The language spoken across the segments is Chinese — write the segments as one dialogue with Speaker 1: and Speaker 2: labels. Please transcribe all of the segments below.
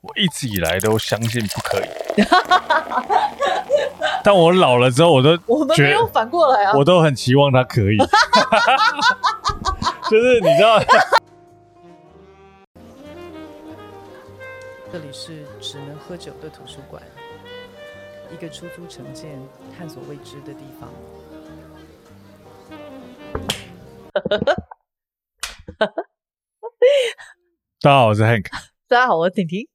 Speaker 1: 我一直以来都相信不可以， 但我老了之后，我都
Speaker 2: 我们
Speaker 1: 觉
Speaker 2: 没有反过来啊。
Speaker 1: 我都很期望他可以， 就是你知道，
Speaker 2: 这里是只能喝酒的图书馆，一个出租城建探索未知的地方。
Speaker 1: 大家好，我是 Hank，
Speaker 2: 大家好，我是婷婷。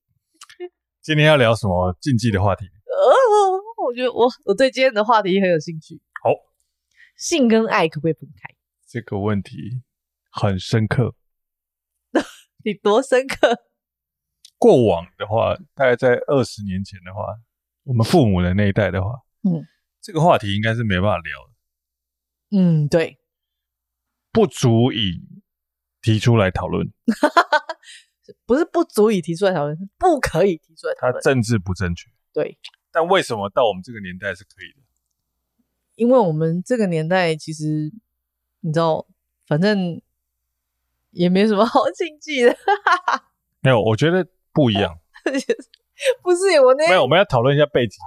Speaker 1: 今天要聊什么禁忌的话题？
Speaker 2: 哦，我觉得我我对今天的话题很有兴趣。
Speaker 1: 好，
Speaker 2: 性跟爱可不可以分开？
Speaker 1: 这个问题很深刻。
Speaker 2: 你多深刻？
Speaker 1: 过往的话，大概在二十年前的话，我们父母的那一代的话，
Speaker 2: 嗯，
Speaker 1: 这个话题应该是没办法聊的，
Speaker 2: 嗯，对，
Speaker 1: 不足以提出来讨论，
Speaker 2: 不是不足以提出来讨论，是不可以提出来讨
Speaker 1: 它
Speaker 2: 论。
Speaker 1: 政治不正确。
Speaker 2: 对，
Speaker 1: 但为什么到我们这个年代是可以的？
Speaker 2: 因为我们这个年代其实你知道，反正也没什么好 禁忌的。
Speaker 1: 没有，我觉得不一样。
Speaker 2: 不是我那
Speaker 1: 没
Speaker 2: 天
Speaker 1: 有，我们要讨论一下背景。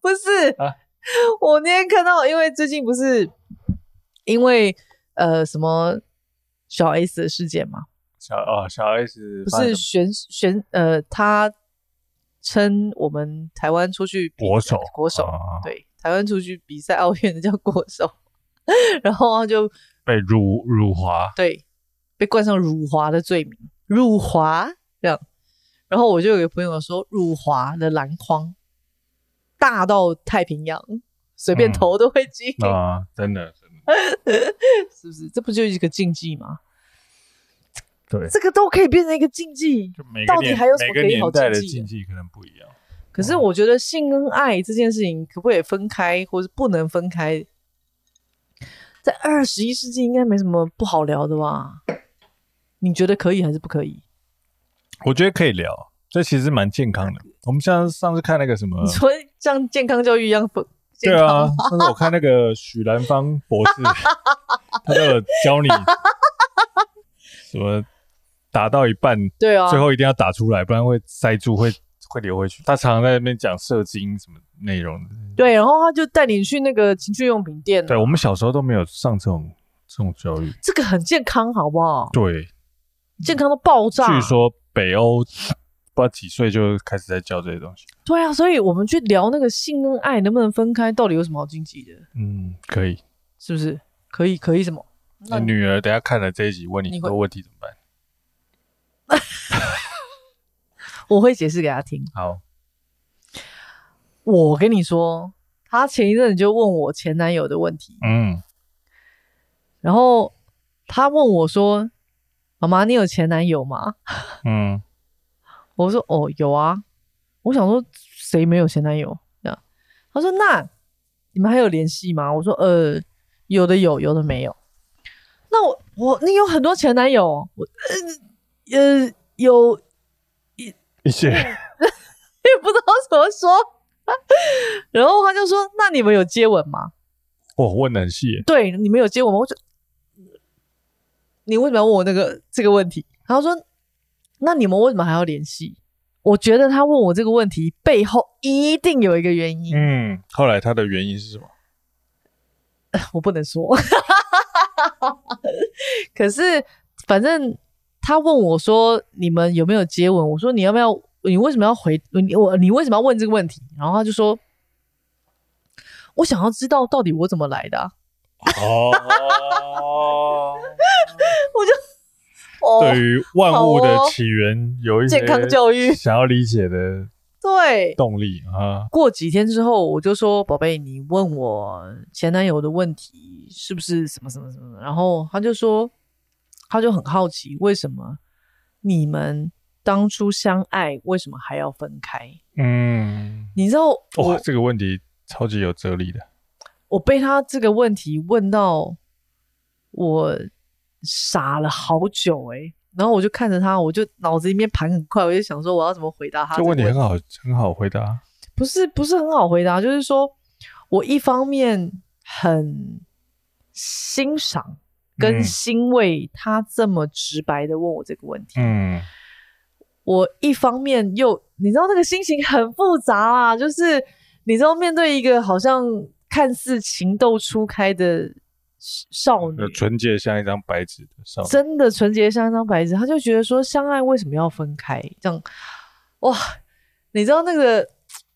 Speaker 2: 不是，
Speaker 1: 啊
Speaker 2: 我那天看到，因为最近不是因为呃什么小 S 的事件嘛，
Speaker 1: 小啊、小 S
Speaker 2: 不
Speaker 1: 发生
Speaker 2: 是
Speaker 1: 什么
Speaker 2: 选选呃他称我们台湾出去比
Speaker 1: 国手
Speaker 2: 国手、
Speaker 1: 啊
Speaker 2: 对台湾出去比赛奥运的叫国手， 然后他就
Speaker 1: 被辱辱华，
Speaker 2: 对被冠上辱华的罪名，辱华这样，然后我就有个朋友说辱华的篮筐大到太平洋，随便
Speaker 1: 嗯
Speaker 2: 投都会进。
Speaker 1: 啊，真的，真的，
Speaker 2: 是不是？这不就是一个禁忌吗？
Speaker 1: 对，
Speaker 2: 这个都可以变成一个禁忌。
Speaker 1: 就每
Speaker 2: 到
Speaker 1: 个
Speaker 2: 底
Speaker 1: 年
Speaker 2: 还有什么
Speaker 1: 每个
Speaker 2: 可以
Speaker 1: 年
Speaker 2: 好
Speaker 1: 代的
Speaker 2: 禁忌
Speaker 1: 禁
Speaker 2: 的
Speaker 1: 忌可能不一样。
Speaker 2: 可是我觉得性跟爱这件事情可不可以分开，或是不能分开，在二十一世纪应该没什么不好聊的吧？你觉得可以还是不可以？
Speaker 1: 我觉得可以聊，这其实蛮健康的。我们像上次看那个什么
Speaker 2: 你，说像健康教育一样不健
Speaker 1: 对
Speaker 2: 康
Speaker 1: 啊
Speaker 2: 吗？，
Speaker 1: 上次我看那个许兰芳博 士，他都有教你什么打到一半，
Speaker 2: 对啊，
Speaker 1: 最后一定要打出来，不然会塞住，会会流回去。他常常在那边讲射精什么内容的。
Speaker 2: 对，然后他就带你去那个情趣用品店，
Speaker 1: 对我们小时候都没有上这种这种教育。
Speaker 2: 这个很健康，好不好？
Speaker 1: 对，
Speaker 2: 健康到爆炸。
Speaker 1: 据说北欧不知道几岁就开始在教这些东西。
Speaker 2: 对啊，所以我们去聊那个性跟爱能不能分开，到底有什么好禁忌的？
Speaker 1: 嗯，可以。
Speaker 2: 是不是？可以，可以什么？
Speaker 1: 你
Speaker 2: 那你嗯
Speaker 1: 女儿等一下看了这一集，问你
Speaker 2: 你
Speaker 1: 很
Speaker 2: 会
Speaker 1: 多问题怎么办？
Speaker 2: 我会解释给他听。
Speaker 1: 好，
Speaker 2: 我跟你说，他前一阵子就问我前男友的问题，
Speaker 1: 嗯，
Speaker 2: 然后他问我说：“妈妈，你有前男友吗
Speaker 1: 嗯，？”
Speaker 2: 我说：“哦，有啊。”我想说，谁没有前男友？这样，他说：“那你们还有联系吗？”我说：“呃，有的有，有的没有。”那我我你有很多前男友哦？我呃呃有
Speaker 1: 一些
Speaker 2: 嗯也不知道怎么说。 然后他就说：“那你们有接吻吗
Speaker 1: 我问的很细耶，？”
Speaker 2: 对，你们有接吻吗？我就，你为什么要问我那个这个问题？然后说：“那你们为什么还要联系？”我觉得他问我这个问题背后一定有一个原因，
Speaker 1: 嗯，后来他的原因是 什么？
Speaker 2: 我不能说。 可是反正他问我说：“你们有没有接吻？”我说：“你要不要？你为什么要回你我？你为什么要问这个问题？”然后他就说：“我想要知道到底我怎么来的、啊。
Speaker 1: 哦，
Speaker 2: 哦
Speaker 1: 对于万物的
Speaker 2: 好哦
Speaker 1: 起源有一些
Speaker 2: 健康教育
Speaker 1: 想要理解的
Speaker 2: 对。
Speaker 1: 动力啊，
Speaker 2: 过几天之后，我就说：“宝贝，你问我前男友的问题是不是什么什么什么？”然后他就说，他就很好奇，为什么你们当初相爱，为什么还要分开？
Speaker 1: 嗯，
Speaker 2: 你知道
Speaker 1: 哇，
Speaker 2: 我
Speaker 1: 这个问题超级有哲理的，
Speaker 2: 我被他这个问题问到我傻了好久诶、然后我就看着他，我就脑子里面盘很快，我就想说我要怎么回答他
Speaker 1: 这
Speaker 2: 个
Speaker 1: 问题
Speaker 2: 题
Speaker 1: 很好，很好回答。
Speaker 2: 不是不是很好回答，就是说我一方面很欣赏跟
Speaker 1: 嗯
Speaker 2: 欣慰他这么直白的问我这个问题，
Speaker 1: 嗯
Speaker 2: 我一方面又你知道那个心情很复杂啊， 就是你知道面对一个好像看似情窦初开的少女
Speaker 1: 呃，纯洁像一张白纸的少女，
Speaker 2: 真的纯洁像一张白纸，他就觉得说相爱为什么要分开？这样，哇，你知道那个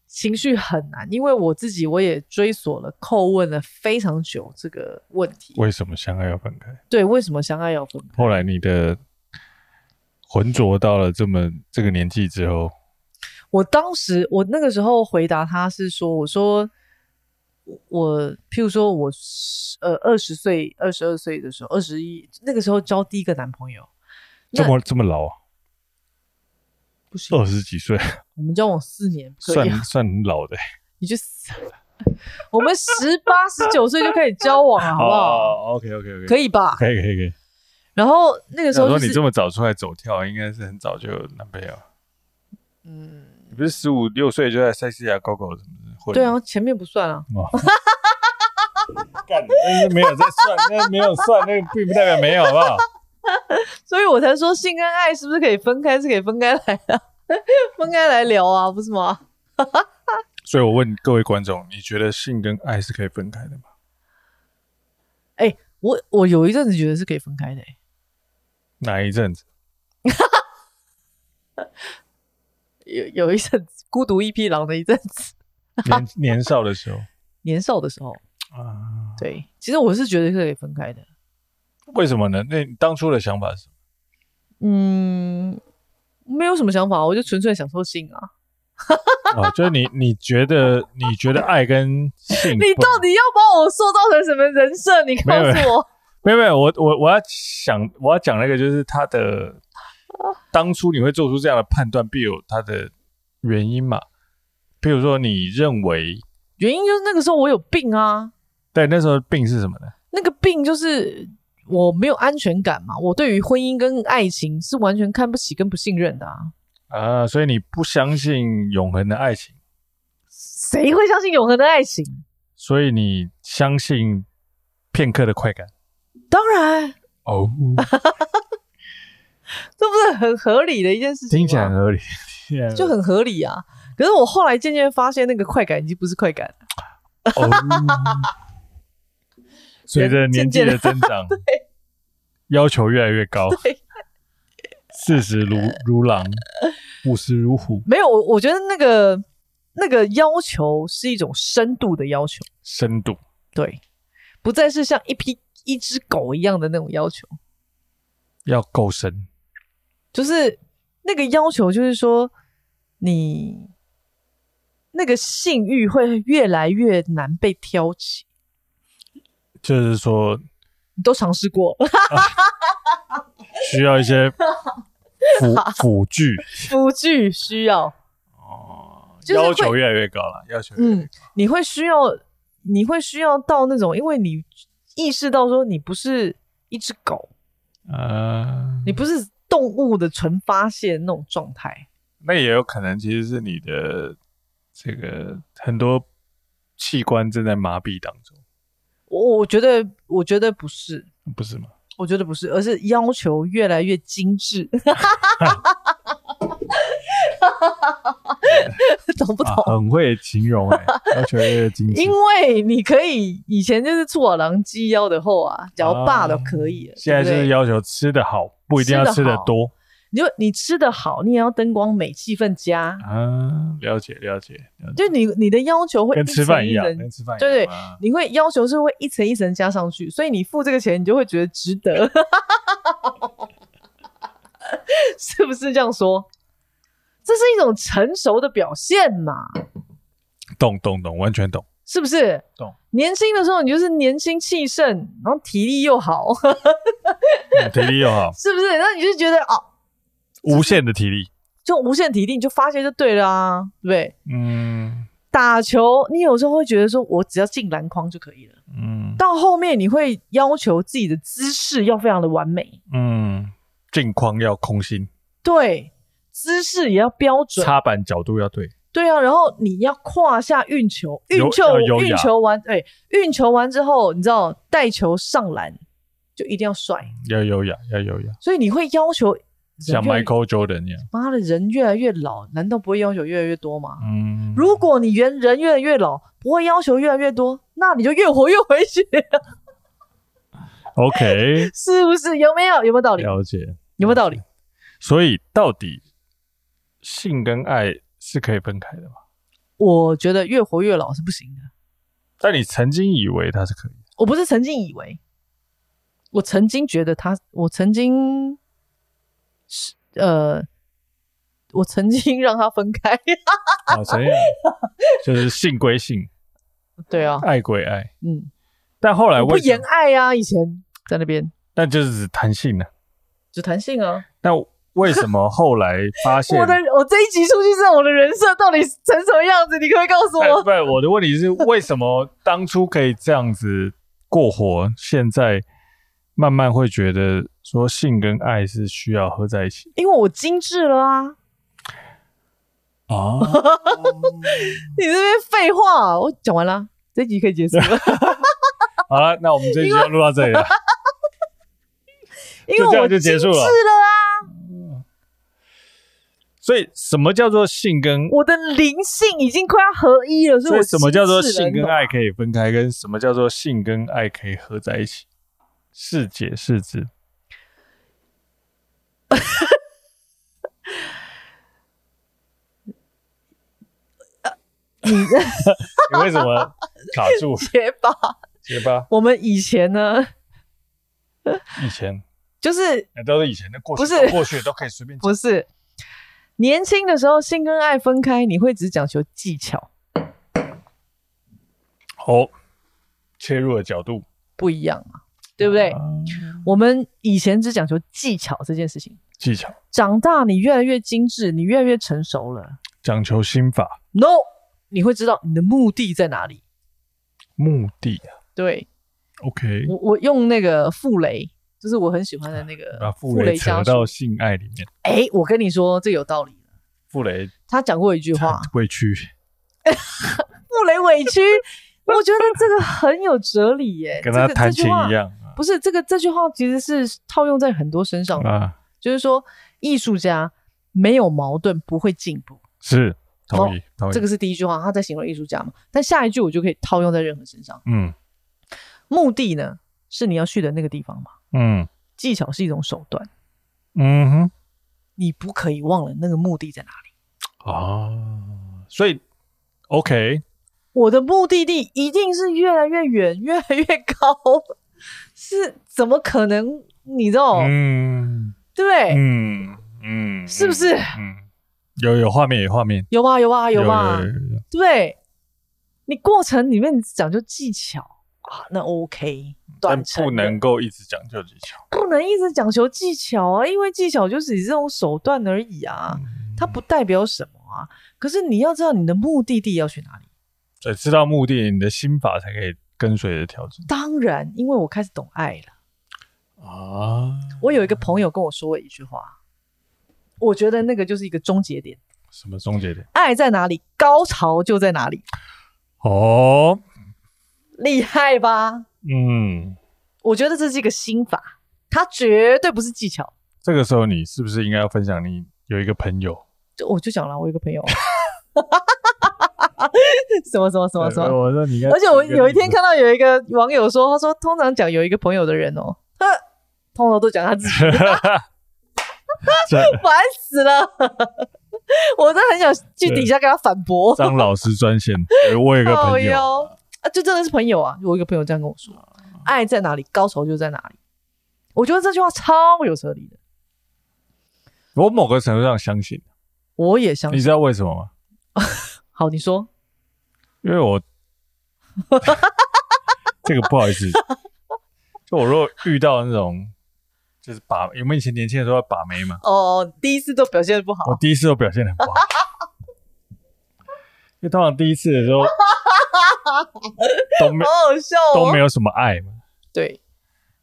Speaker 2: 情绪很难，因为我自己我也追索了、叩问了非常久这个问题。
Speaker 1: 为什么相爱要分开？
Speaker 2: 对，为什么相爱要分开？
Speaker 1: 后来你的浑浊到了这么这个年纪之后，
Speaker 2: 我当时我那个时候回答他是说，我说我我譬如说我十呃二十岁、二十二岁的时候，二十一那个时候交第一个男朋友，那
Speaker 1: 这么这么老、啊，
Speaker 2: 不行，
Speaker 1: 二十几岁，
Speaker 2: 我们交往四年，不可以
Speaker 1: 哦算
Speaker 2: 啊
Speaker 1: 算很老的、
Speaker 2: 你去死吧！ 我们十八、十九岁就开始交往了，好不好？
Speaker 1: ？OK OK OK，
Speaker 2: 可
Speaker 1: 以
Speaker 2: 以吧？
Speaker 1: 哦可以可以可以。
Speaker 2: 然后那个时
Speaker 1: 想
Speaker 2: 候就
Speaker 1: 说你
Speaker 2: 是
Speaker 1: 这，么早出来走跳，应该是很早就有男朋友。
Speaker 2: 嗯，
Speaker 1: 你不是十五六岁就在塞西亚 GoGo 什么的混？
Speaker 2: 对啊，前面不算啊，
Speaker 1: 哦。干，那是没有在算，那没有算，那个并不代表没有，好不好？
Speaker 2: 所以我才说性跟爱是不是可以分开？是可以分开来的，分开来聊啊，不是吗？
Speaker 1: 所以我问各位观众，你觉得性跟爱是可以分开的吗？
Speaker 2: 哎、我我有一阵子觉得是可以分开的、欸
Speaker 1: 哪一阵子？
Speaker 2: 有有一阵子孤独一匹狼的一阵子，
Speaker 1: 年 年少的时候
Speaker 2: 年少的时候，
Speaker 1: 啊？
Speaker 2: 对，其实我是觉得是可以分开的。
Speaker 1: 为什么呢？那你当初的想法是什么？
Speaker 2: 嗯，没有什么想法，我就纯粹享受性啊。
Speaker 1: 啊，就是你你觉得你觉得爱跟性不，
Speaker 2: 你到底要把我塑造成什么人设？你告
Speaker 1: 没有没
Speaker 2: 诉我。
Speaker 1: 没有没有，我我我要想我要讲那个就是他的
Speaker 2: 啊
Speaker 1: 当初你会做出这样的判断，必有他的原因嘛？譬如说你认为，
Speaker 2: 原因就是那个时候我有病啊，
Speaker 1: 对那时候病是什么呢？
Speaker 2: 那个病就是我没有安全感嘛，我对于婚姻跟爱情是完全看不起跟不信任的啊。
Speaker 1: 啊，所以你不相信永恒的爱情，
Speaker 2: 谁会相信永恒的爱情？
Speaker 1: 所以你相信片刻的快感。
Speaker 2: 当然，
Speaker 1: 哦，
Speaker 2: 这不是很合理的一件事情吗
Speaker 1: 听起来很合理，听起来
Speaker 2: 就很合理啊。可是我后来渐渐发现，那个快感已经不是快感了，
Speaker 1: 哦，随着年纪的增长， 要求越来越高，
Speaker 2: 对
Speaker 1: 四十如如狼，五十如虎，
Speaker 2: 没有我，我觉得那个那个要求是一种深度的要求，
Speaker 1: 深度
Speaker 2: 对，不再是像一匹一只狗一样的那种要求。
Speaker 1: 要够深。
Speaker 2: 就是那个要求，就是说你那个性欲会越来越难被挑起。
Speaker 1: 就是说，
Speaker 2: 你都尝试过
Speaker 1: 需要一些 辅辅具，
Speaker 2: 辅具需要，
Speaker 1: 哦，
Speaker 2: 就是会
Speaker 1: 要求越来越高了，要求越来越
Speaker 2: 嗯，你会需要，你会需要到那种，因为你意识到说你不是一只狗，嗯
Speaker 1: 呃，
Speaker 2: 你不是动物的纯发泄那种状态。
Speaker 1: 那也有可能其实是你的这个很多器官正在麻痹当中，
Speaker 2: 我我觉得，我觉得不是，
Speaker 1: 不是吗？
Speaker 2: 我觉得不是，而是要求越来越精致， 懂不懂？
Speaker 1: 啊、很会形容哎、要求越来越 精致
Speaker 2: 因。为你可以以前就是粗耳狼鸡腰的后啊，脚霸都可以了、
Speaker 1: 现在就是
Speaker 2: 要
Speaker 1: 要求吃的好，不一定要吃的多
Speaker 2: 你就你吃的好，你也要灯光美，气氛佳，
Speaker 1: 啊。了解了解，了解
Speaker 2: 就你你的要求会
Speaker 1: 跟吃饭一样
Speaker 2: 层，层
Speaker 1: 跟吃饭一样
Speaker 2: 对对
Speaker 1: 啊
Speaker 2: 你会要求是会一层一层加上去，所以你付这个钱，你就会觉得值得， 是不是这样说？这是一种成熟的表现嘛，
Speaker 1: 懂懂懂，完全懂。
Speaker 2: 是不是？
Speaker 1: 懂。
Speaker 2: 年轻的时候，你就是年轻气盛，然后体力又好，
Speaker 1: 嗯体力又好，
Speaker 2: 是不是？那你就觉得哦，
Speaker 1: 无限的体力。
Speaker 2: 就无限体力，你就发泄就对了啊，对不对？
Speaker 1: 嗯
Speaker 2: 打球，你有时候会觉得说，我只要进篮筐就可以了。
Speaker 1: 嗯
Speaker 2: 到后面你会要求自己的姿势要非常的完美，
Speaker 1: 嗯，镜框要空心，
Speaker 2: 对，姿势也要标准，
Speaker 1: 插板角度要对。
Speaker 2: 对啊。然后你要胯下运球，
Speaker 1: 有
Speaker 2: 运球
Speaker 1: 要优雅
Speaker 2: 运球完，对，运球完之后，你知道带球上篮就一定要帅，
Speaker 1: 要优雅，要优雅。
Speaker 2: 所以你会要求
Speaker 1: 嗯像
Speaker 2: 人越
Speaker 1: Michael Jordan 一样，
Speaker 2: 妈的人越来越老，难道不会要求越来越多吗？
Speaker 1: 嗯，
Speaker 2: 如果你人人越来越老，不会要求越来越多，那你就越活越回血，
Speaker 1: OK，
Speaker 2: 是不是？有没有？有没有道理？
Speaker 1: 了解。
Speaker 2: 有没有道理？
Speaker 1: 所以到底性跟爱是可以分开的吗？
Speaker 2: 我觉得越活越老是不行的。
Speaker 1: 但你曾经以为它是可以的，
Speaker 2: 我不是曾经以为，我曾经觉得他，我曾经是呃，我曾经 让他分开。
Speaker 1: 啊，曾 经就是性归性，
Speaker 2: 对啊，
Speaker 1: 爱归爱，
Speaker 2: 嗯，
Speaker 1: 但后来
Speaker 2: 我
Speaker 1: 哎
Speaker 2: 不
Speaker 1: 为什
Speaker 2: 言
Speaker 1: 么？
Speaker 2: 爱啊，以前在那边
Speaker 1: 那就是只谈性呢、
Speaker 2: 只谈性啊。
Speaker 1: 那为什么后来发现
Speaker 2: 我的我这一集出去之后，我的人设到底成什么样子？你可不可以告诉
Speaker 1: 哎
Speaker 2: 我？
Speaker 1: 不是，我的问题是为什么当初可以这样子过活，现在慢慢会觉得说性跟爱是需要合在一起
Speaker 2: 因为我精致了啊。
Speaker 1: 啊？
Speaker 2: 你这边废话，我讲完了，这集可以结束 了。
Speaker 1: 好了，那我们这集就录到这里了。
Speaker 2: 因为
Speaker 1: 就
Speaker 2: 我
Speaker 1: 这样就结束了
Speaker 2: 精致了啊，
Speaker 1: 所以什么叫做性跟？
Speaker 2: 我的灵性已经快要合一了，所以
Speaker 1: 所
Speaker 2: 我
Speaker 1: 以什么叫做
Speaker 2: 精致了
Speaker 1: 性跟？
Speaker 2: 你懂
Speaker 1: 爱
Speaker 2: 吗
Speaker 1: 可以分开，跟什么叫做性跟爱可以合在一起？是解是之。 你为什么卡住
Speaker 2: 结巴。
Speaker 1: 结巴？
Speaker 2: 我们以前呢，
Speaker 1: 以前
Speaker 2: 就是
Speaker 1: 那都是以前的过去，
Speaker 2: 不是
Speaker 1: 过去都可以随便讲。
Speaker 2: 不是年轻的时候，性跟爱分开，你会只讲求技巧，
Speaker 1: 好，切入的角度，
Speaker 2: 不一样嘛，对不对？
Speaker 1: 啊
Speaker 2: 我们以前只讲求技巧这件事情，
Speaker 1: 技巧，
Speaker 2: 长大你越来越精致，你越来越成熟了
Speaker 1: 讲求心法，
Speaker 2: ，no，你会知道你的目的在哪里。
Speaker 1: 目的啊。
Speaker 2: 对，
Speaker 1: OK，
Speaker 2: 我我用那个傅雷，就是我很喜欢的那
Speaker 1: 把
Speaker 2: 个
Speaker 1: 傅
Speaker 2: 雷
Speaker 1: 雷
Speaker 2: 家
Speaker 1: 扯
Speaker 2: 属
Speaker 1: 到。性爱里面，
Speaker 2: 哎，我跟你说，这有道理。
Speaker 1: 傅雷
Speaker 2: 他讲过一句 话
Speaker 1: 很，委屈。
Speaker 2: 傅雷委屈，我觉得这个很有哲理耶。
Speaker 1: 跟他
Speaker 2: 这个
Speaker 1: 弹琴一，
Speaker 2: 这句话
Speaker 1: 样啊
Speaker 2: 不是这个这句话其实是套用在很多身上的，
Speaker 1: 啊，
Speaker 2: 就是说艺术家没有矛盾不会进步，
Speaker 1: 是同意同意。
Speaker 2: 哦这个是第一句话，他在形容艺术家嘛。但下一句我就可以套用在任何身上，
Speaker 1: 嗯
Speaker 2: 目的呢是你要去的那个地方嘛，
Speaker 1: 嗯
Speaker 2: 技巧是一种手段。
Speaker 1: 嗯哼
Speaker 2: 你不可以忘了那个目的在哪里。
Speaker 1: 哦，所以 OK
Speaker 2: 我的目的地一定是越来越远， 越来越高，是怎么可能？你知道，
Speaker 1: 嗯
Speaker 2: 对不对？
Speaker 1: 嗯嗯，
Speaker 2: 哎是哎不是
Speaker 1: 嗯，有有画面有画面
Speaker 2: 有吧，有吧，有吧，
Speaker 1: 有有有
Speaker 2: 对。你过程里面讲究技巧啊，那 OK，
Speaker 1: 但
Speaker 2: 短程
Speaker 1: 不
Speaker 2: 的
Speaker 1: 能够一直讲究技巧。
Speaker 2: 不能一直讲求技巧啊，因为技巧就是你这种手段而已啊，
Speaker 1: 嗯
Speaker 2: 它不代表什么啊。可是你要知道你的目的地要去哪里。
Speaker 1: 所以知道目的，你的心法才可以跟随着调整
Speaker 2: 当然，因为我开始懂爱了。
Speaker 1: 啊。
Speaker 2: 我有一个朋友跟我说过一句话，我觉得那个就是一个终结点，
Speaker 1: 什么终结点？
Speaker 2: 爱在哪里，高潮就在哪里，
Speaker 1: 哦，
Speaker 2: 厉害吧？
Speaker 1: 嗯，
Speaker 2: 我觉得这是一个心法，它绝对不是技巧。
Speaker 1: 这个时候你是不是应该要分享你有一个朋友？
Speaker 2: 就我就讲了，我有一个朋友， 什么什么什么什
Speaker 1: 呃
Speaker 2: 么，
Speaker 1: 我说你应该
Speaker 2: 而且我
Speaker 1: 举一个
Speaker 2: 有一
Speaker 1: 例子
Speaker 2: 天看到有一个网友说，他说通常讲有一个朋友的人哦，呵，通常都讲他自己，
Speaker 1: 张
Speaker 2: 烦死了。 我真的很想去底下跟他反驳，
Speaker 1: 张老师专线，呃我有一个
Speaker 2: 靠
Speaker 1: 朋友，哦
Speaker 2: 腰啊，就真的是朋友啊！我有一个朋友这样跟我说：“爱在哪里，高潮就在哪里。”我觉得这句话超有哲理的，
Speaker 1: 我某个程度上相信，
Speaker 2: 我也相
Speaker 1: 你
Speaker 2: 信。
Speaker 1: 知道为什么吗？
Speaker 2: 好，你说
Speaker 1: 因为 我这个不好意思，就我如果遇到那种就是把，我们以前年轻的时候要把妹嘛，
Speaker 2: 哦，第一次都表现的不好
Speaker 1: 我，第一次都表现得很 不好，因为通常第一次的时候都没
Speaker 2: 好好笑
Speaker 1: 都
Speaker 2: 哦
Speaker 1: 没。有什么爱嘛，
Speaker 2: 对，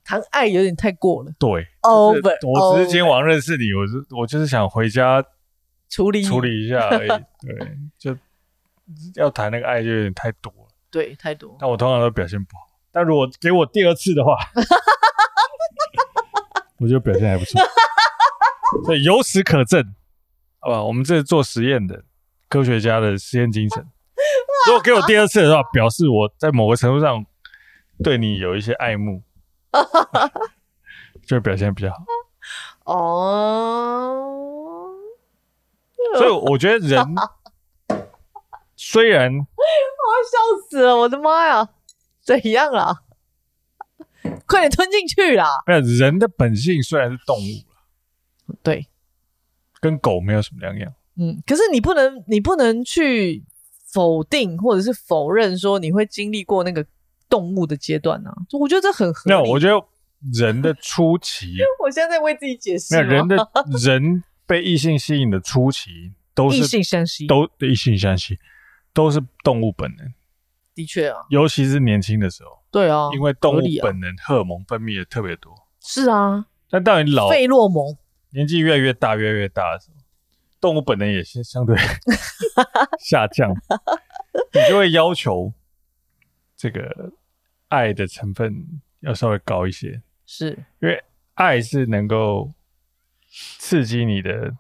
Speaker 2: 谈爱有点太过了
Speaker 1: 对。就是
Speaker 2: ，over。哦
Speaker 1: 我只是今天晚上认识你，我是我就是想回家
Speaker 2: 处理
Speaker 1: 处理一下 而已。对，就要谈那个爱就有点太多了。
Speaker 2: 对太多，
Speaker 1: 但我通常都表现不好。但如果给我第二次的话，我觉得表现还不错。所以由此可证，好吧，我们这是做实验的科学家的实验精神。如果给我第二次的话，表示我在某个程度上对你有一些爱慕，就会表现比较好。
Speaker 2: 哦，
Speaker 1: 所以我觉得人虽然
Speaker 2: 我要笑死了，我的妈呀，怎样啊啦？快点吞进去啦！
Speaker 1: 没有人的本性虽然是动物，
Speaker 2: 对，
Speaker 1: 跟狗没有什么两样。
Speaker 2: 嗯，可是你不能，你不能去否定或者是否认说你会经历过那个动物的阶段呢、啊？就我觉得这很合理。
Speaker 1: 那我觉得人的初期，
Speaker 2: 我现在在为自己解释
Speaker 1: 没
Speaker 2: 吗，
Speaker 1: 有人的人被异性吸引的初期，都
Speaker 2: 异
Speaker 1: 是
Speaker 2: 性相吸，
Speaker 1: 都异性相吸，都是动物本能，
Speaker 2: 的确啊，
Speaker 1: 尤其是年轻的时候，
Speaker 2: 对啊，
Speaker 1: 因为动
Speaker 2: 合
Speaker 1: 物
Speaker 2: 理啊
Speaker 1: 本能荷尔蒙分泌的特别多。
Speaker 2: 是啊，
Speaker 1: 但到你老
Speaker 2: 费洛蒙
Speaker 1: 年纪越来越大、越来越大的时候，动物本能也相相 对下降，你就会要求这个爱的成分要稍微高一些，
Speaker 2: 是
Speaker 1: 因为爱是能够刺激你的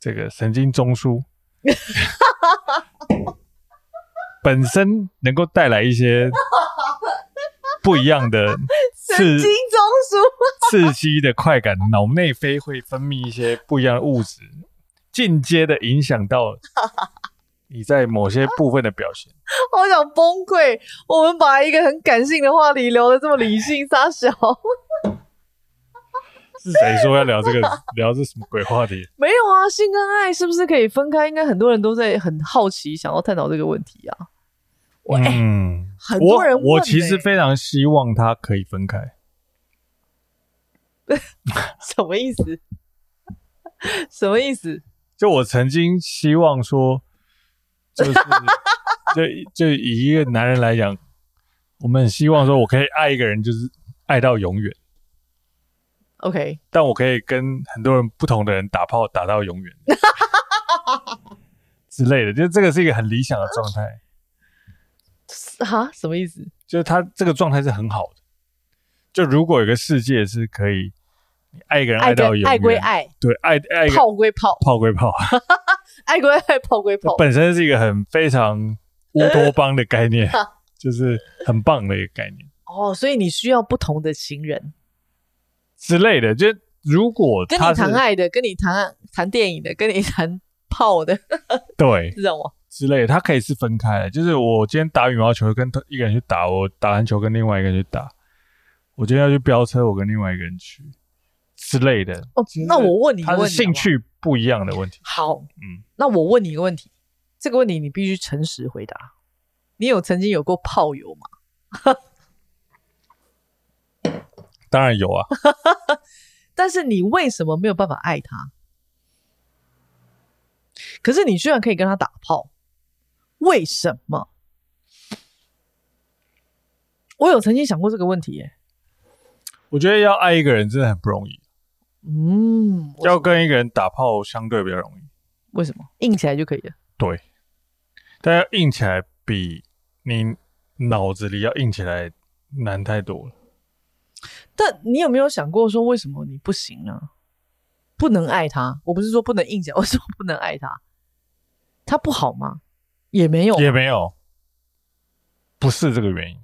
Speaker 1: 这个神经中 枢，本身能够带来一些不一样的
Speaker 2: 神经
Speaker 1: 刺
Speaker 2: 中枢，
Speaker 1: 刺激的快感，脑内啡会分泌一些不一样的物质，间接的影响到你在某些部分的表现。
Speaker 2: 好想崩溃。我们把一个很感性的话题聊得这么理性，傻小。
Speaker 1: 是谁说要聊 这个聊这什么鬼话题？
Speaker 2: 没有啊，性跟爱是不是可以分开？应该很多人都在很好奇，想要探讨这个问题啊。我哎、
Speaker 1: 嗯，
Speaker 2: 很
Speaker 1: 我
Speaker 2: 多人问、
Speaker 1: 我其实
Speaker 2: 哎
Speaker 1: 非常希望它可以分开，
Speaker 2: 什么意思？ 什么意思？
Speaker 1: 就我曾经希望说，就是 就就以一个男人来讲，我们很希望说我可以爱一个人，就是爱到永远，
Speaker 2: OK，
Speaker 1: 但我可以跟很多人不同的人打炮打到 永远之类的，就这个是一个很理想的状态，
Speaker 2: 哈，啊什么意思？
Speaker 1: 就是他这个状态是很好的。就如果有个世界是可以你爱一个人
Speaker 2: 爱
Speaker 1: 到
Speaker 2: 跟
Speaker 1: 永远，
Speaker 2: 爱归爱，
Speaker 1: 对，爱爱一个
Speaker 2: 炮归炮，
Speaker 1: 炮归炮，
Speaker 2: 爱归爱，炮归炮。
Speaker 1: 本身是一个很非常乌托邦的概 念，就是很棒的一个概念
Speaker 2: 哦，所以你需要不同的情人，
Speaker 1: 之类的。就如果
Speaker 2: 跟
Speaker 1: 他
Speaker 2: 你
Speaker 1: 是
Speaker 2: 谈爱的，跟你谈谈电影的，跟你谈炮的，
Speaker 1: 对
Speaker 2: 这种哦。
Speaker 1: 之类的，它可以是分开的。就是我今天打羽毛球跟一个人去打，我打篮球跟另外一个人去打，我今天要去飙车，我跟另外一个人去之类的。
Speaker 2: 哦
Speaker 1: 其实，
Speaker 2: 那我问你一个
Speaker 1: 它
Speaker 2: 问
Speaker 1: 是
Speaker 2: 题，
Speaker 1: 兴趣不一样的问题。
Speaker 2: 好不好好，
Speaker 1: 嗯，
Speaker 2: 那我问你一个问题，这个问题你必须诚实回答。你有曾经有过炮友吗？
Speaker 1: 当然有啊，
Speaker 2: 但是你为什么没有办法爱他？可是你居然可以跟他打炮，为什么？我有曾经想过这个问题耶、
Speaker 1: 我觉得要爱一个人真的很不容易，
Speaker 2: 嗯，我
Speaker 1: 啊要跟一个人打炮相对比较容易。
Speaker 2: 为什么硬起来就可以了？
Speaker 1: 对，但要硬起来比你脑子里要硬起来难太多了。
Speaker 2: 但你有没有想过说为什么你不行呢、不能爱他？我不是说不能硬 起来，我说不能爱他，他不好吗？也没有，
Speaker 1: 也没有，不是这个原因，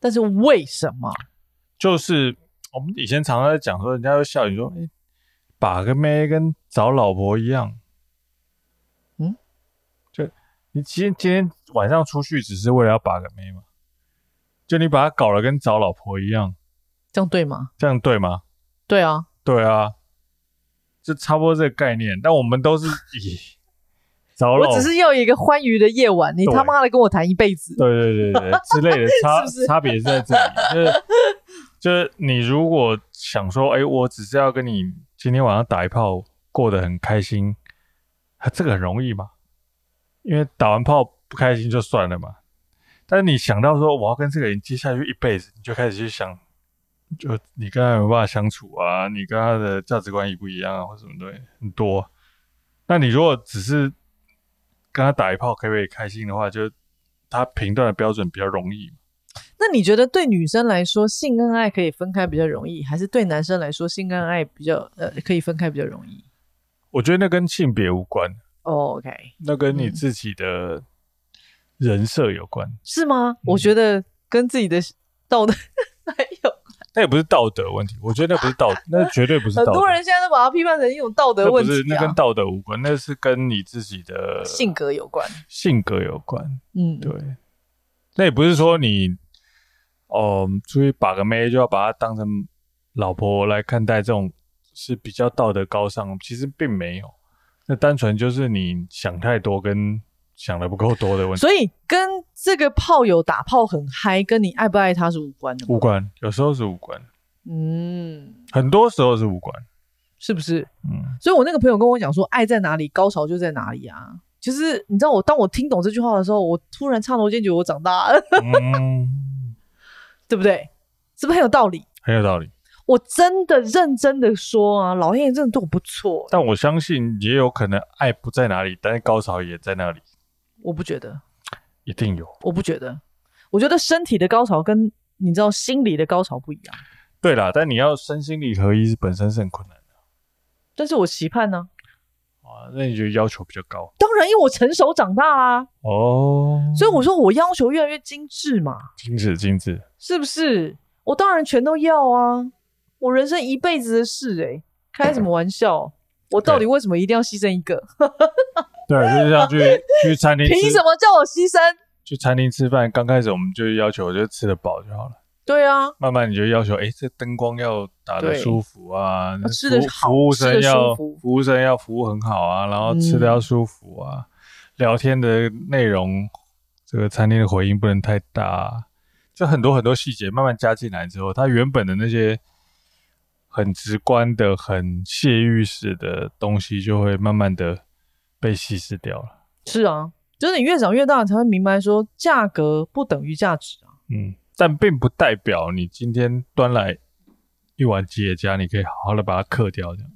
Speaker 2: 但是为什么？
Speaker 1: 就是我们以前常常在讲说，人家会笑你说，哎、把个妹跟找老婆一样，
Speaker 2: 嗯，
Speaker 1: 就你今天今天晚上出去只是为了要把个妹嘛，就你把她搞得跟找老婆一样，
Speaker 2: 这样对吗？
Speaker 1: 这样对吗？
Speaker 2: 对啊，
Speaker 1: 对啊，就差不多这个概念。但我们都是以 找老
Speaker 2: 我只是要有一个欢愉的夜晚，你
Speaker 1: 对
Speaker 2: 他妈的跟我谈一辈子，
Speaker 1: 对对对对对之类的差
Speaker 2: 是不是
Speaker 1: 差别是在这里，就是就是你如果想说，哎，我只是要跟你今天晚上打一炮，过得很开心，啊、这个很容易嘛，因为打完炮不开心就算了嘛。但是你想到说我要跟这个人接下去一辈子，你就开始去想，就你跟他有没有办法相处啊，你跟他的价值观一不一样啊，或什么东西很多啊、那你如果只是跟他打一炮可不可以开心的话，就他评断的标准比较容易嘛，
Speaker 2: 那你觉得对女生来说，性跟爱可以分开比较容易，还是对男生来说，性跟爱比较呃可以分开比较容易、
Speaker 1: 我觉得那跟性别无关，
Speaker 2: o k
Speaker 1: 那跟你
Speaker 2: 嗯
Speaker 1: 自己的人设有关。
Speaker 2: 是吗？
Speaker 1: 嗯
Speaker 2: 我觉得跟自己的道德 还有
Speaker 1: 那也不是道德问题，我觉得那不是 道，那绝对不是
Speaker 2: 很
Speaker 1: 道德
Speaker 2: 多。人现在都把它批判成一种道
Speaker 1: 那
Speaker 2: 德
Speaker 1: 不
Speaker 2: 问题、啊
Speaker 1: 是，那跟道德无关，那是跟你自己的
Speaker 2: 性格有关。
Speaker 1: 性格有关。
Speaker 2: 嗯，
Speaker 1: 呃对，那也不是说你哦出去把个妹就要把她当成老婆来看待，这种是比较道德高尚，其实并没有。那单纯就是你想太多跟想的不够多的问题
Speaker 2: 所以跟这个炮友打炮很嗨，跟你爱不爱他是无关的吗。
Speaker 1: 无关，有时候是无关，
Speaker 2: 嗯，
Speaker 1: 很多时候是无关。
Speaker 2: 是不是？
Speaker 1: 嗯，
Speaker 2: 所以我那个朋友跟我讲说，爱在哪里，高潮就在哪里啊。其实你知道我，当我听懂这句话的时候，我突然刹那间觉得我长大了，
Speaker 1: 嗯，
Speaker 2: 对不对？是不是很有道理？
Speaker 1: 很有道理。
Speaker 2: 我真的认真的说啊，老天爷真的对我不错，
Speaker 1: 但我相信也有可能爱不在哪里，但是高潮也在那里，
Speaker 2: 我不觉得，
Speaker 1: 一定有。
Speaker 2: 我不觉得，我觉得身体的高潮跟你知道心理的高潮不一样。
Speaker 1: 对啦，但你要身心理合一本身是很困难的
Speaker 2: 但是我期盼呢、
Speaker 1: 啊，那你就要求比较高
Speaker 2: 当然，因为我成熟长大啊啦、
Speaker 1: 哦。
Speaker 2: 所以我说我要求越来越精致嘛，
Speaker 1: 精致精致，
Speaker 2: 是不是？我当然全都要啊，我人生一辈子的事哎、开什么玩笑？我到底为什么一定要牺牲一个？
Speaker 1: 对，就是像去去餐厅吃，
Speaker 2: 凭什么叫我牺牲？
Speaker 1: 去餐厅吃饭，刚开始我们就要求就吃得饱就好了，
Speaker 2: 对啊，
Speaker 1: 慢慢你就要求，哎，这灯光要打得
Speaker 2: 对
Speaker 1: 舒服啊，那
Speaker 2: 吃得
Speaker 1: 服
Speaker 2: 好
Speaker 1: 服务
Speaker 2: 吃
Speaker 1: 生
Speaker 2: 得
Speaker 1: 要
Speaker 2: 舒服
Speaker 1: 服务生要服务很好啊，然后吃的
Speaker 2: 嗯
Speaker 1: 要舒服啊，聊天的内容，这个餐厅的回音不能太大啊、就很多很多细节慢慢加进来之后，它原本的那些很直观的、很泄欲式的东西，就会慢慢的被稀释掉了。
Speaker 2: 是啊，就是你越长越大，你才会明白说价格不等于价值啊。
Speaker 1: 嗯，但并不代表你今天端来一碗吉野家，你可以好好的把它克掉，这样。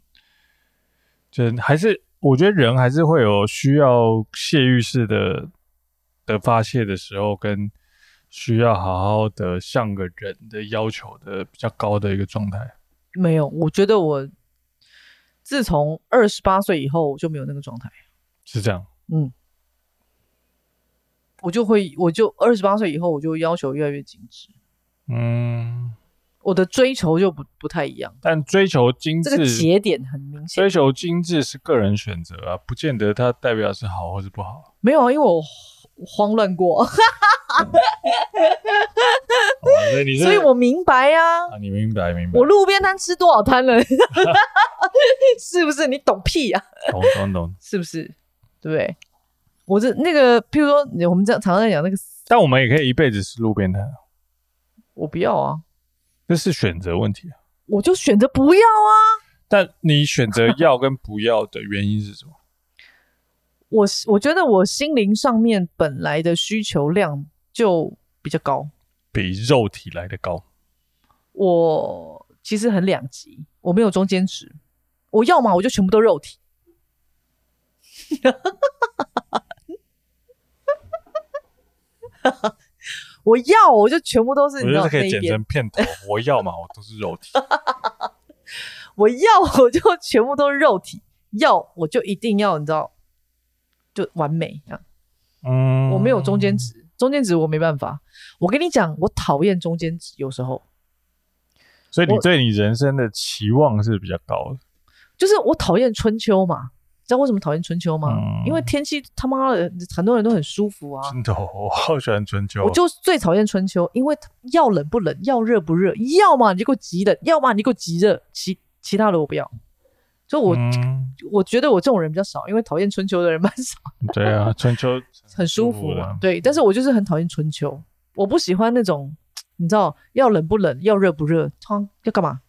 Speaker 1: 就还是我觉得人还是会有需要泄欲式的的发泄的时候，跟需要好好的像个人的要求的比较高的一个状态。
Speaker 2: 没有，我觉得我自从二十八岁以后，我就没有那个状态。
Speaker 1: 是这样，
Speaker 2: 我就会，我就二十八岁以后，我就要求越来越精致，
Speaker 1: 嗯，
Speaker 2: 我的追求就不不太一样。
Speaker 1: 但追求精
Speaker 2: 这个
Speaker 1: 致，
Speaker 2: 节点很明显
Speaker 1: 追。求精致是个人选择啊，不见得它代表是好或是不好。
Speaker 2: 没有啊，因为我我慌乱过，
Speaker 1: 哦所以你是，
Speaker 2: 所以我明白啊。
Speaker 1: 啊，你明白明白，
Speaker 2: 我路边摊吃多少摊了， 是不是？你懂屁啊？
Speaker 1: 懂懂懂。
Speaker 2: 是不是？对不对？我这那个，譬如说，我们这样常常在讲那个，
Speaker 1: 但我们也可以一辈子是路边摊，啊
Speaker 2: 我不要啊，
Speaker 1: 这是选择问题啊。
Speaker 2: 我就选择不要啊。
Speaker 1: 但你选择要跟不要的原因是什么？
Speaker 2: 我我觉得我心灵上面本来的需求量就比较高，
Speaker 1: 比肉体来的高。
Speaker 2: 我其实很两极，我没有中间值，我要嘛我就全部都肉体。我要，我就全部都是
Speaker 1: 我
Speaker 2: 你
Speaker 1: 觉
Speaker 2: 知
Speaker 1: 得
Speaker 2: 道
Speaker 1: 这可
Speaker 2: 那
Speaker 1: 以剪
Speaker 2: 一边。
Speaker 1: 成片头。我要嘛，我都是肉体。
Speaker 2: 我要，我就全部都是肉体；要，我就一定要，你知道，就完美啊！
Speaker 1: 嗯
Speaker 2: 我没有中间。值，中间值我没办法。我跟你讲，我讨厌中间值，有时候
Speaker 1: 所以你
Speaker 2: 我
Speaker 1: 对你人生的期望是比较高的。
Speaker 2: 就是我讨厌春秋嘛。知道为什么讨厌春秋吗？
Speaker 1: 嗯
Speaker 2: 因为天气他妈的很多人都很舒服啊，
Speaker 1: 真的哦，我好喜欢春秋。
Speaker 2: 我就最讨厌春秋，因为它要冷不冷，要热不热，要么你就给我极冷，要么你就给我极热，其其他的我不要。所以我，
Speaker 1: 嗯
Speaker 2: 我觉得我这种人比较少，因为讨厌春秋的人蛮少，
Speaker 1: 对啊，春秋
Speaker 2: 很舒
Speaker 1: 服
Speaker 2: 服
Speaker 1: 的
Speaker 2: 嘛。对，但是我就是很讨厌春秋，我不喜欢那种，你知道，要冷不冷，要热不热，穿要干嘛，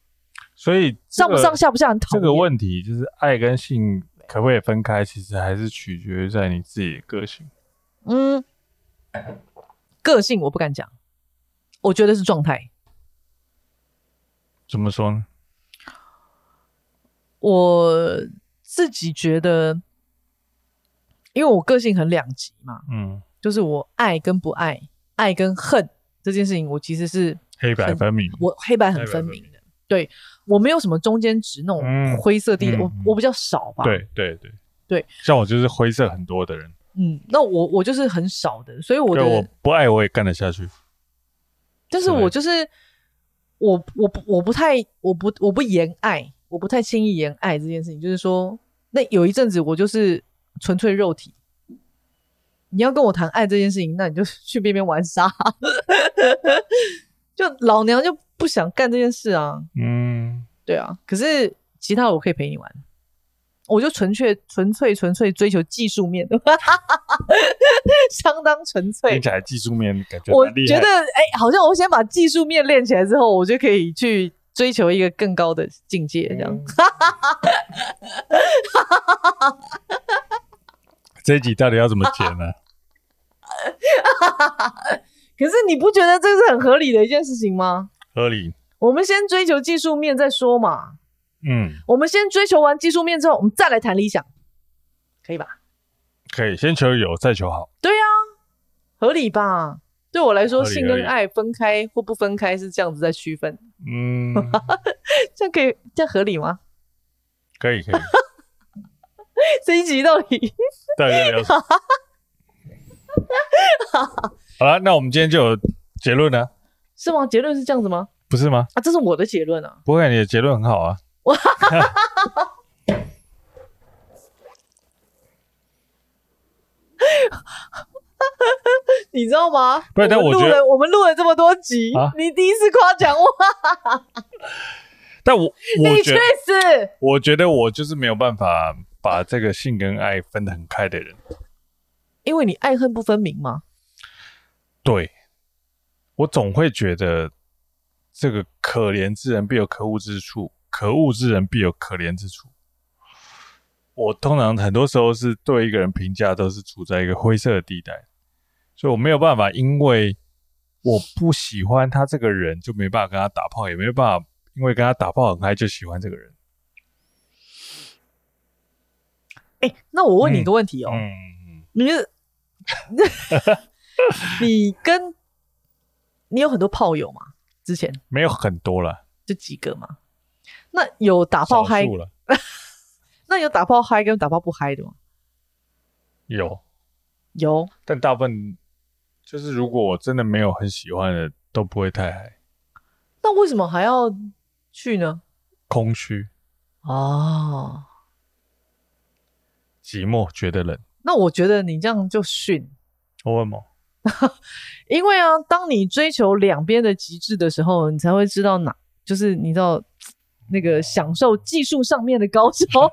Speaker 1: 所以这
Speaker 2: 上
Speaker 1: 个
Speaker 2: 不上下不下，很讨
Speaker 1: 这
Speaker 2: 厌。
Speaker 1: 个问题就是爱跟性可不可以分开，其实还是取决于在你自己的个性。
Speaker 2: 嗯，个性我不敢讲，我觉得是状态。
Speaker 1: 怎么说呢？
Speaker 2: 我自己觉得，因为我个性很两极嘛，
Speaker 1: 嗯
Speaker 2: 就是我爱跟不爱，爱跟恨这件事情，我其实是
Speaker 1: 黑白
Speaker 2: 很
Speaker 1: 分明。
Speaker 2: 我黑白很
Speaker 1: 黑白
Speaker 2: 分
Speaker 1: 分
Speaker 2: 明的，对我没有什么中间值那种
Speaker 1: 嗯
Speaker 2: 灰色地带，
Speaker 1: 嗯
Speaker 2: 我
Speaker 1: 嗯
Speaker 2: 我比较少吧。，
Speaker 1: 对对对
Speaker 2: 对，
Speaker 1: 像我就是灰色很多的人，
Speaker 2: 嗯，那我我就是很少的，所以我
Speaker 1: 对
Speaker 2: 的，
Speaker 1: 我不爱我也干得下去。
Speaker 2: 但是
Speaker 1: 对
Speaker 2: 我就是我我不我不太我不我不言爱，我不太轻易言爱这件事情，就是说，那有一阵子我就是纯粹肉体。你要跟我谈爱这件事情，那你就 去边边玩沙，就老娘就不想干这件事啊。
Speaker 1: 嗯，
Speaker 2: 对啊，可是其他的我可以陪你玩，我就纯粹、纯粹、纯粹追求技术面， 相当纯粹
Speaker 1: 听。起来技术面感觉
Speaker 2: 我
Speaker 1: 蛮厉
Speaker 2: 觉
Speaker 1: 害
Speaker 2: 得，哎、好像我先把技术面练起来之后，我就可以去追求一个更高的境界，这样。
Speaker 1: 嗯 这一集到底要怎么剪 呢、
Speaker 2: 可是你不觉得这是很合理的一件事情吗？
Speaker 1: 合理，
Speaker 2: 我们先追求技术面再说嘛。
Speaker 1: 嗯，
Speaker 2: 我们先追求完技术面之后，我们再来谈理想，可以吧？啊
Speaker 1: 可以先求有，再求好。
Speaker 2: 合理吧？对我来说，
Speaker 1: 合理
Speaker 2: 性
Speaker 1: 合
Speaker 2: 跟
Speaker 1: 理
Speaker 2: 爱分开或不分开是这样子在区分，
Speaker 1: 嗯，
Speaker 2: 这样可以，这样合理吗？
Speaker 1: 可以可以。
Speaker 2: 这一集到底
Speaker 1: 到底在聊什么？ 好了，那我们今天就有结论了，
Speaker 2: 是吗？结论是这样子吗？
Speaker 1: 不是吗？
Speaker 2: 啊，这是我的结论啊！
Speaker 1: 不会，你的结论很好啊。
Speaker 2: 你知道吗？
Speaker 1: 不是但
Speaker 2: 我
Speaker 1: 我
Speaker 2: 们录
Speaker 1: 觉得
Speaker 2: 了我们录了这么多集，
Speaker 1: 啊
Speaker 2: 你第一次夸奖我，
Speaker 1: 但我
Speaker 2: 你
Speaker 1: 我
Speaker 2: 去
Speaker 1: 觉得，
Speaker 2: 死！
Speaker 1: 我觉得我就是没有办法把这个性跟爱分得很开的人。
Speaker 2: 因为你爱恨不分明嘛。
Speaker 1: 对，我总会觉得这个可怜之人必有可恶之处，可恶之人必有可怜之处。我通常很多时候是对一个人评价都是处在一个灰色的地带，所以我没有办法，因为我不喜欢他这个人，就没办法跟他打炮，也没有办法因为跟他打炮很嗨就喜欢这个人。
Speaker 2: 哎、那我问你一个问题哦，
Speaker 1: 嗯，
Speaker 2: 你 是你跟你有很多炮友吗？之前
Speaker 1: 没有很多了，
Speaker 2: 就几个嘛？那有打炮
Speaker 1: 少
Speaker 2: 嗨，
Speaker 1: 数了，
Speaker 2: 那有打炮嗨跟打炮不嗨的吗？
Speaker 1: 有，
Speaker 2: 有，
Speaker 1: 但大部分就是如果我真的没有很喜欢的，都不会太嗨。
Speaker 2: 那为什么还要去呢？
Speaker 1: 空虚、
Speaker 2: 哦，
Speaker 1: 寂寞，觉得冷。
Speaker 2: 那我觉得你这样就逊，
Speaker 1: 我问吗？
Speaker 2: 因为啊，当你追求两边的极致的时候，你才会知道哪，就是你知道那个享受技术上面的高潮，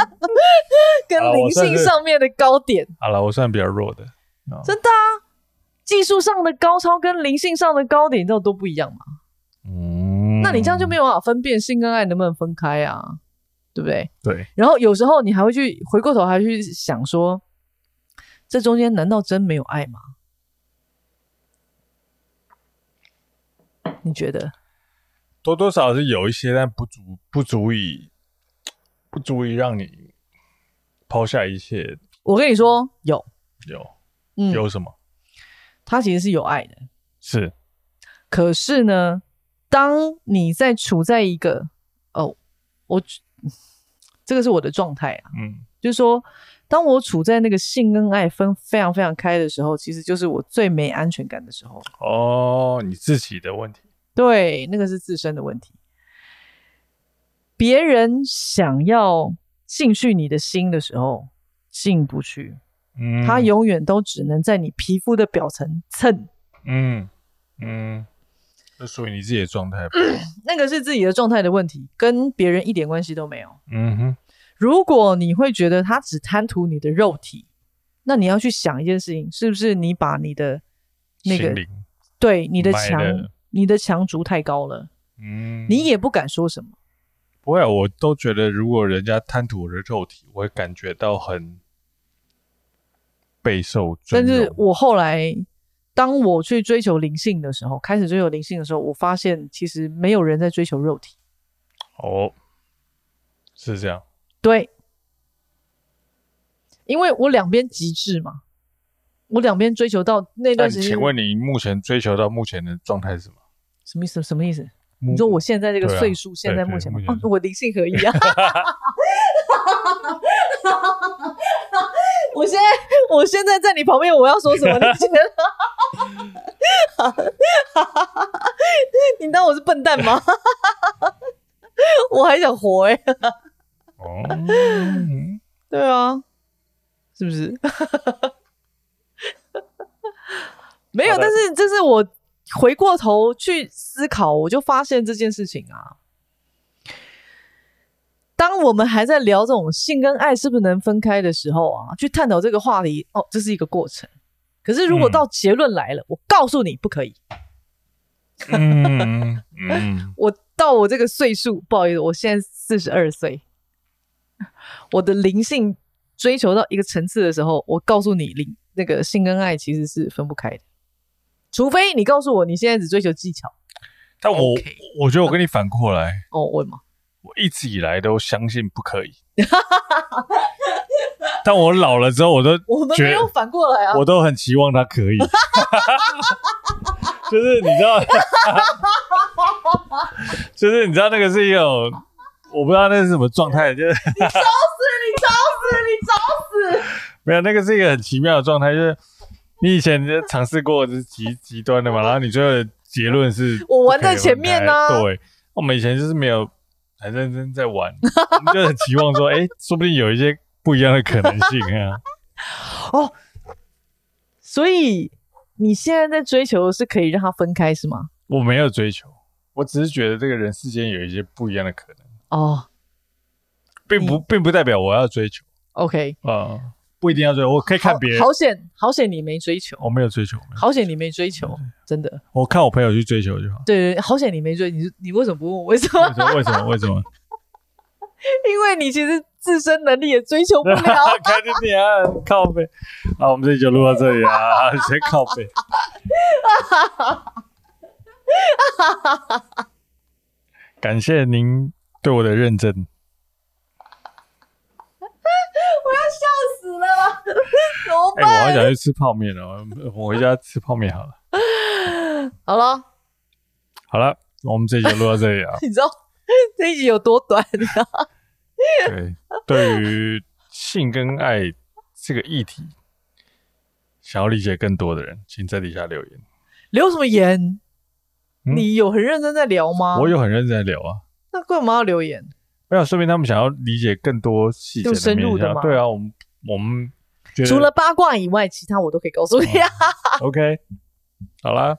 Speaker 2: 跟
Speaker 1: 啊
Speaker 2: 灵
Speaker 1: 我算
Speaker 2: 性
Speaker 1: 是
Speaker 2: 上面的高点，
Speaker 1: 好啊了，我算比较弱的。啊
Speaker 2: 真的啊，技术上的高超跟灵性上的高点，你知道都不一样嘛？
Speaker 1: 嗯
Speaker 2: 那你这样就没有办法分辨性跟爱能不能分开啊，对不对？
Speaker 1: 对，
Speaker 2: 然后有时候你还会去回过头，还去想说，这中间难道真没有爱吗？你觉得？
Speaker 1: 多多少少是有一些，但不足不足以不足以让你抛下一切。
Speaker 2: 我跟你说，有，
Speaker 1: 有
Speaker 2: 嗯，，
Speaker 1: 有什么？
Speaker 2: 他其实是有爱的。
Speaker 1: 是
Speaker 2: 可是呢，当你在处在一个哦，我这个是我的状态啊，
Speaker 1: 嗯
Speaker 2: 就是说，当我处在那个性跟爱分非常非常开的时候，其实就是我最没安全感的时候。
Speaker 1: 哦，你自己的问题。
Speaker 2: 对，那个是自身的问题。别人想要进去你的心的时候，进不去，
Speaker 1: 嗯，
Speaker 2: 他永远都只能在你皮肤的表层蹭。
Speaker 1: 嗯嗯，这属于你自己的状态吧。
Speaker 2: 那个是自己的状态的问题，跟别人一点关系都没有。
Speaker 1: 嗯哼，
Speaker 2: 如果你会觉得他只贪图你的肉体，那你要去想一件事情，是不是你把你的那个
Speaker 1: 心灵，
Speaker 2: 对你的
Speaker 1: 买
Speaker 2: 墙
Speaker 1: 了、
Speaker 2: 你的墙筑太高了，
Speaker 1: 嗯，
Speaker 2: 你也不敢说什么。
Speaker 1: 不会啊，我都觉得如果人家贪图我的肉体，我会感觉到很备受尊
Speaker 2: 但
Speaker 1: 荣。
Speaker 2: 是我后来，当我去追求灵性的时候，开始追求灵性的时候，我发现其实没有人在追求肉体。
Speaker 1: 哦，是这样，
Speaker 2: 对，因为我两边极致嘛，我两边追求到那
Speaker 1: 那
Speaker 2: 段时间，
Speaker 1: 请问你目前追求到目前的状态是什么？
Speaker 2: 什么意思？什么意思？
Speaker 1: 你
Speaker 2: 你说我现在这个
Speaker 1: 对啊
Speaker 2: 岁数，现在
Speaker 1: 对
Speaker 2: 目前吗
Speaker 1: 目前
Speaker 2: 哦我灵性合一啊！ 我现在我现在在你旁边，我要说什么？你觉得？ 你当我是笨蛋吗？ 我还想活哎、
Speaker 1: 哦，嗯
Speaker 2: 对啊，是不是？ 没有，
Speaker 1: 好的
Speaker 2: 但是这是我回过头去思考，我就发现这件事情啊。当我们还在聊这种性跟爱是不是能分开的时候啊，去探讨这个话题，哦，这是一个过程。可是如果
Speaker 1: 嗯
Speaker 2: 到结论来了，我告诉你不可以。
Speaker 1: 嗯 嗯，
Speaker 2: 我到我这个岁数，不好意思，我现在四十二岁，我的灵性追求到一个层次的时候，我告诉你，灵那个性跟爱其实是分不开的，除非你告诉我你现在只追求技巧。
Speaker 1: 但我
Speaker 2: OK
Speaker 1: 我觉得我跟你反过来，
Speaker 2: 哦，为什么？
Speaker 1: 我一直以来都相信不可以， 但我老了之后，我都
Speaker 2: 我们
Speaker 1: 觉
Speaker 2: 没有反过来啊！
Speaker 1: 我都很期望他可以， 就是你知道， 就是你知道那个是一种，我不知道那是什么状态，就是
Speaker 2: 你找死，你找死！
Speaker 1: 没有那个是一个很奇妙的状态，就是你以前就尝试过就是极极端的嘛，然后你最后的结论是
Speaker 2: 我玩在前面啊
Speaker 1: 不可以分开对，我们以前就是没有很认真在玩，我们就很期望说，哎、 说不定有一些不一样的可能性啊，
Speaker 2: 所以你现在在追求的是可以让它分开是吗？
Speaker 1: 我没有追求，我只是觉得这个人世间有一些不一样的可能。
Speaker 2: 哦
Speaker 1: 并不并不代表我要追求
Speaker 2: ，OK，
Speaker 1: 啊、不一定要追求，我可以看别人
Speaker 2: 好，好险，好险你没追求，
Speaker 1: 我没有追求，我没有
Speaker 2: 好险你没追求，真的。。
Speaker 1: 我看我朋友去追求就好
Speaker 2: 对对，对好险你没追，你你为什么不问我为什么？
Speaker 1: 为什么？为什么？为什么？
Speaker 2: 因为你其实自身能力也追求 不了。
Speaker 1: 看着你啊，靠背。好，我们这集就录到这里啊，先靠背。 感谢您对我的认真。
Speaker 2: 死了啦，怎么
Speaker 1: 哎、我好想去吃泡面哦，我回家吃泡面好了。
Speaker 2: 好了，
Speaker 1: 好了，我们这集就录到这里啊。
Speaker 2: 你知道这一集有多短啊？
Speaker 1: 对，对于性跟爱这个议题，想要理解更多的人，请在底下留言。
Speaker 2: 留什么言？
Speaker 1: 嗯
Speaker 2: 你有很认真在聊吗？
Speaker 1: 我有很认真在聊啊，
Speaker 2: 那干嘛要留言？
Speaker 1: 没有说明他们想要理解更多细节
Speaker 2: 更深入
Speaker 1: 面
Speaker 2: 的
Speaker 1: 向
Speaker 2: 吗
Speaker 1: 对啊，我们我们觉得
Speaker 2: 除了八卦以外，其他我都可以告诉你啊。
Speaker 1: OK，好啦，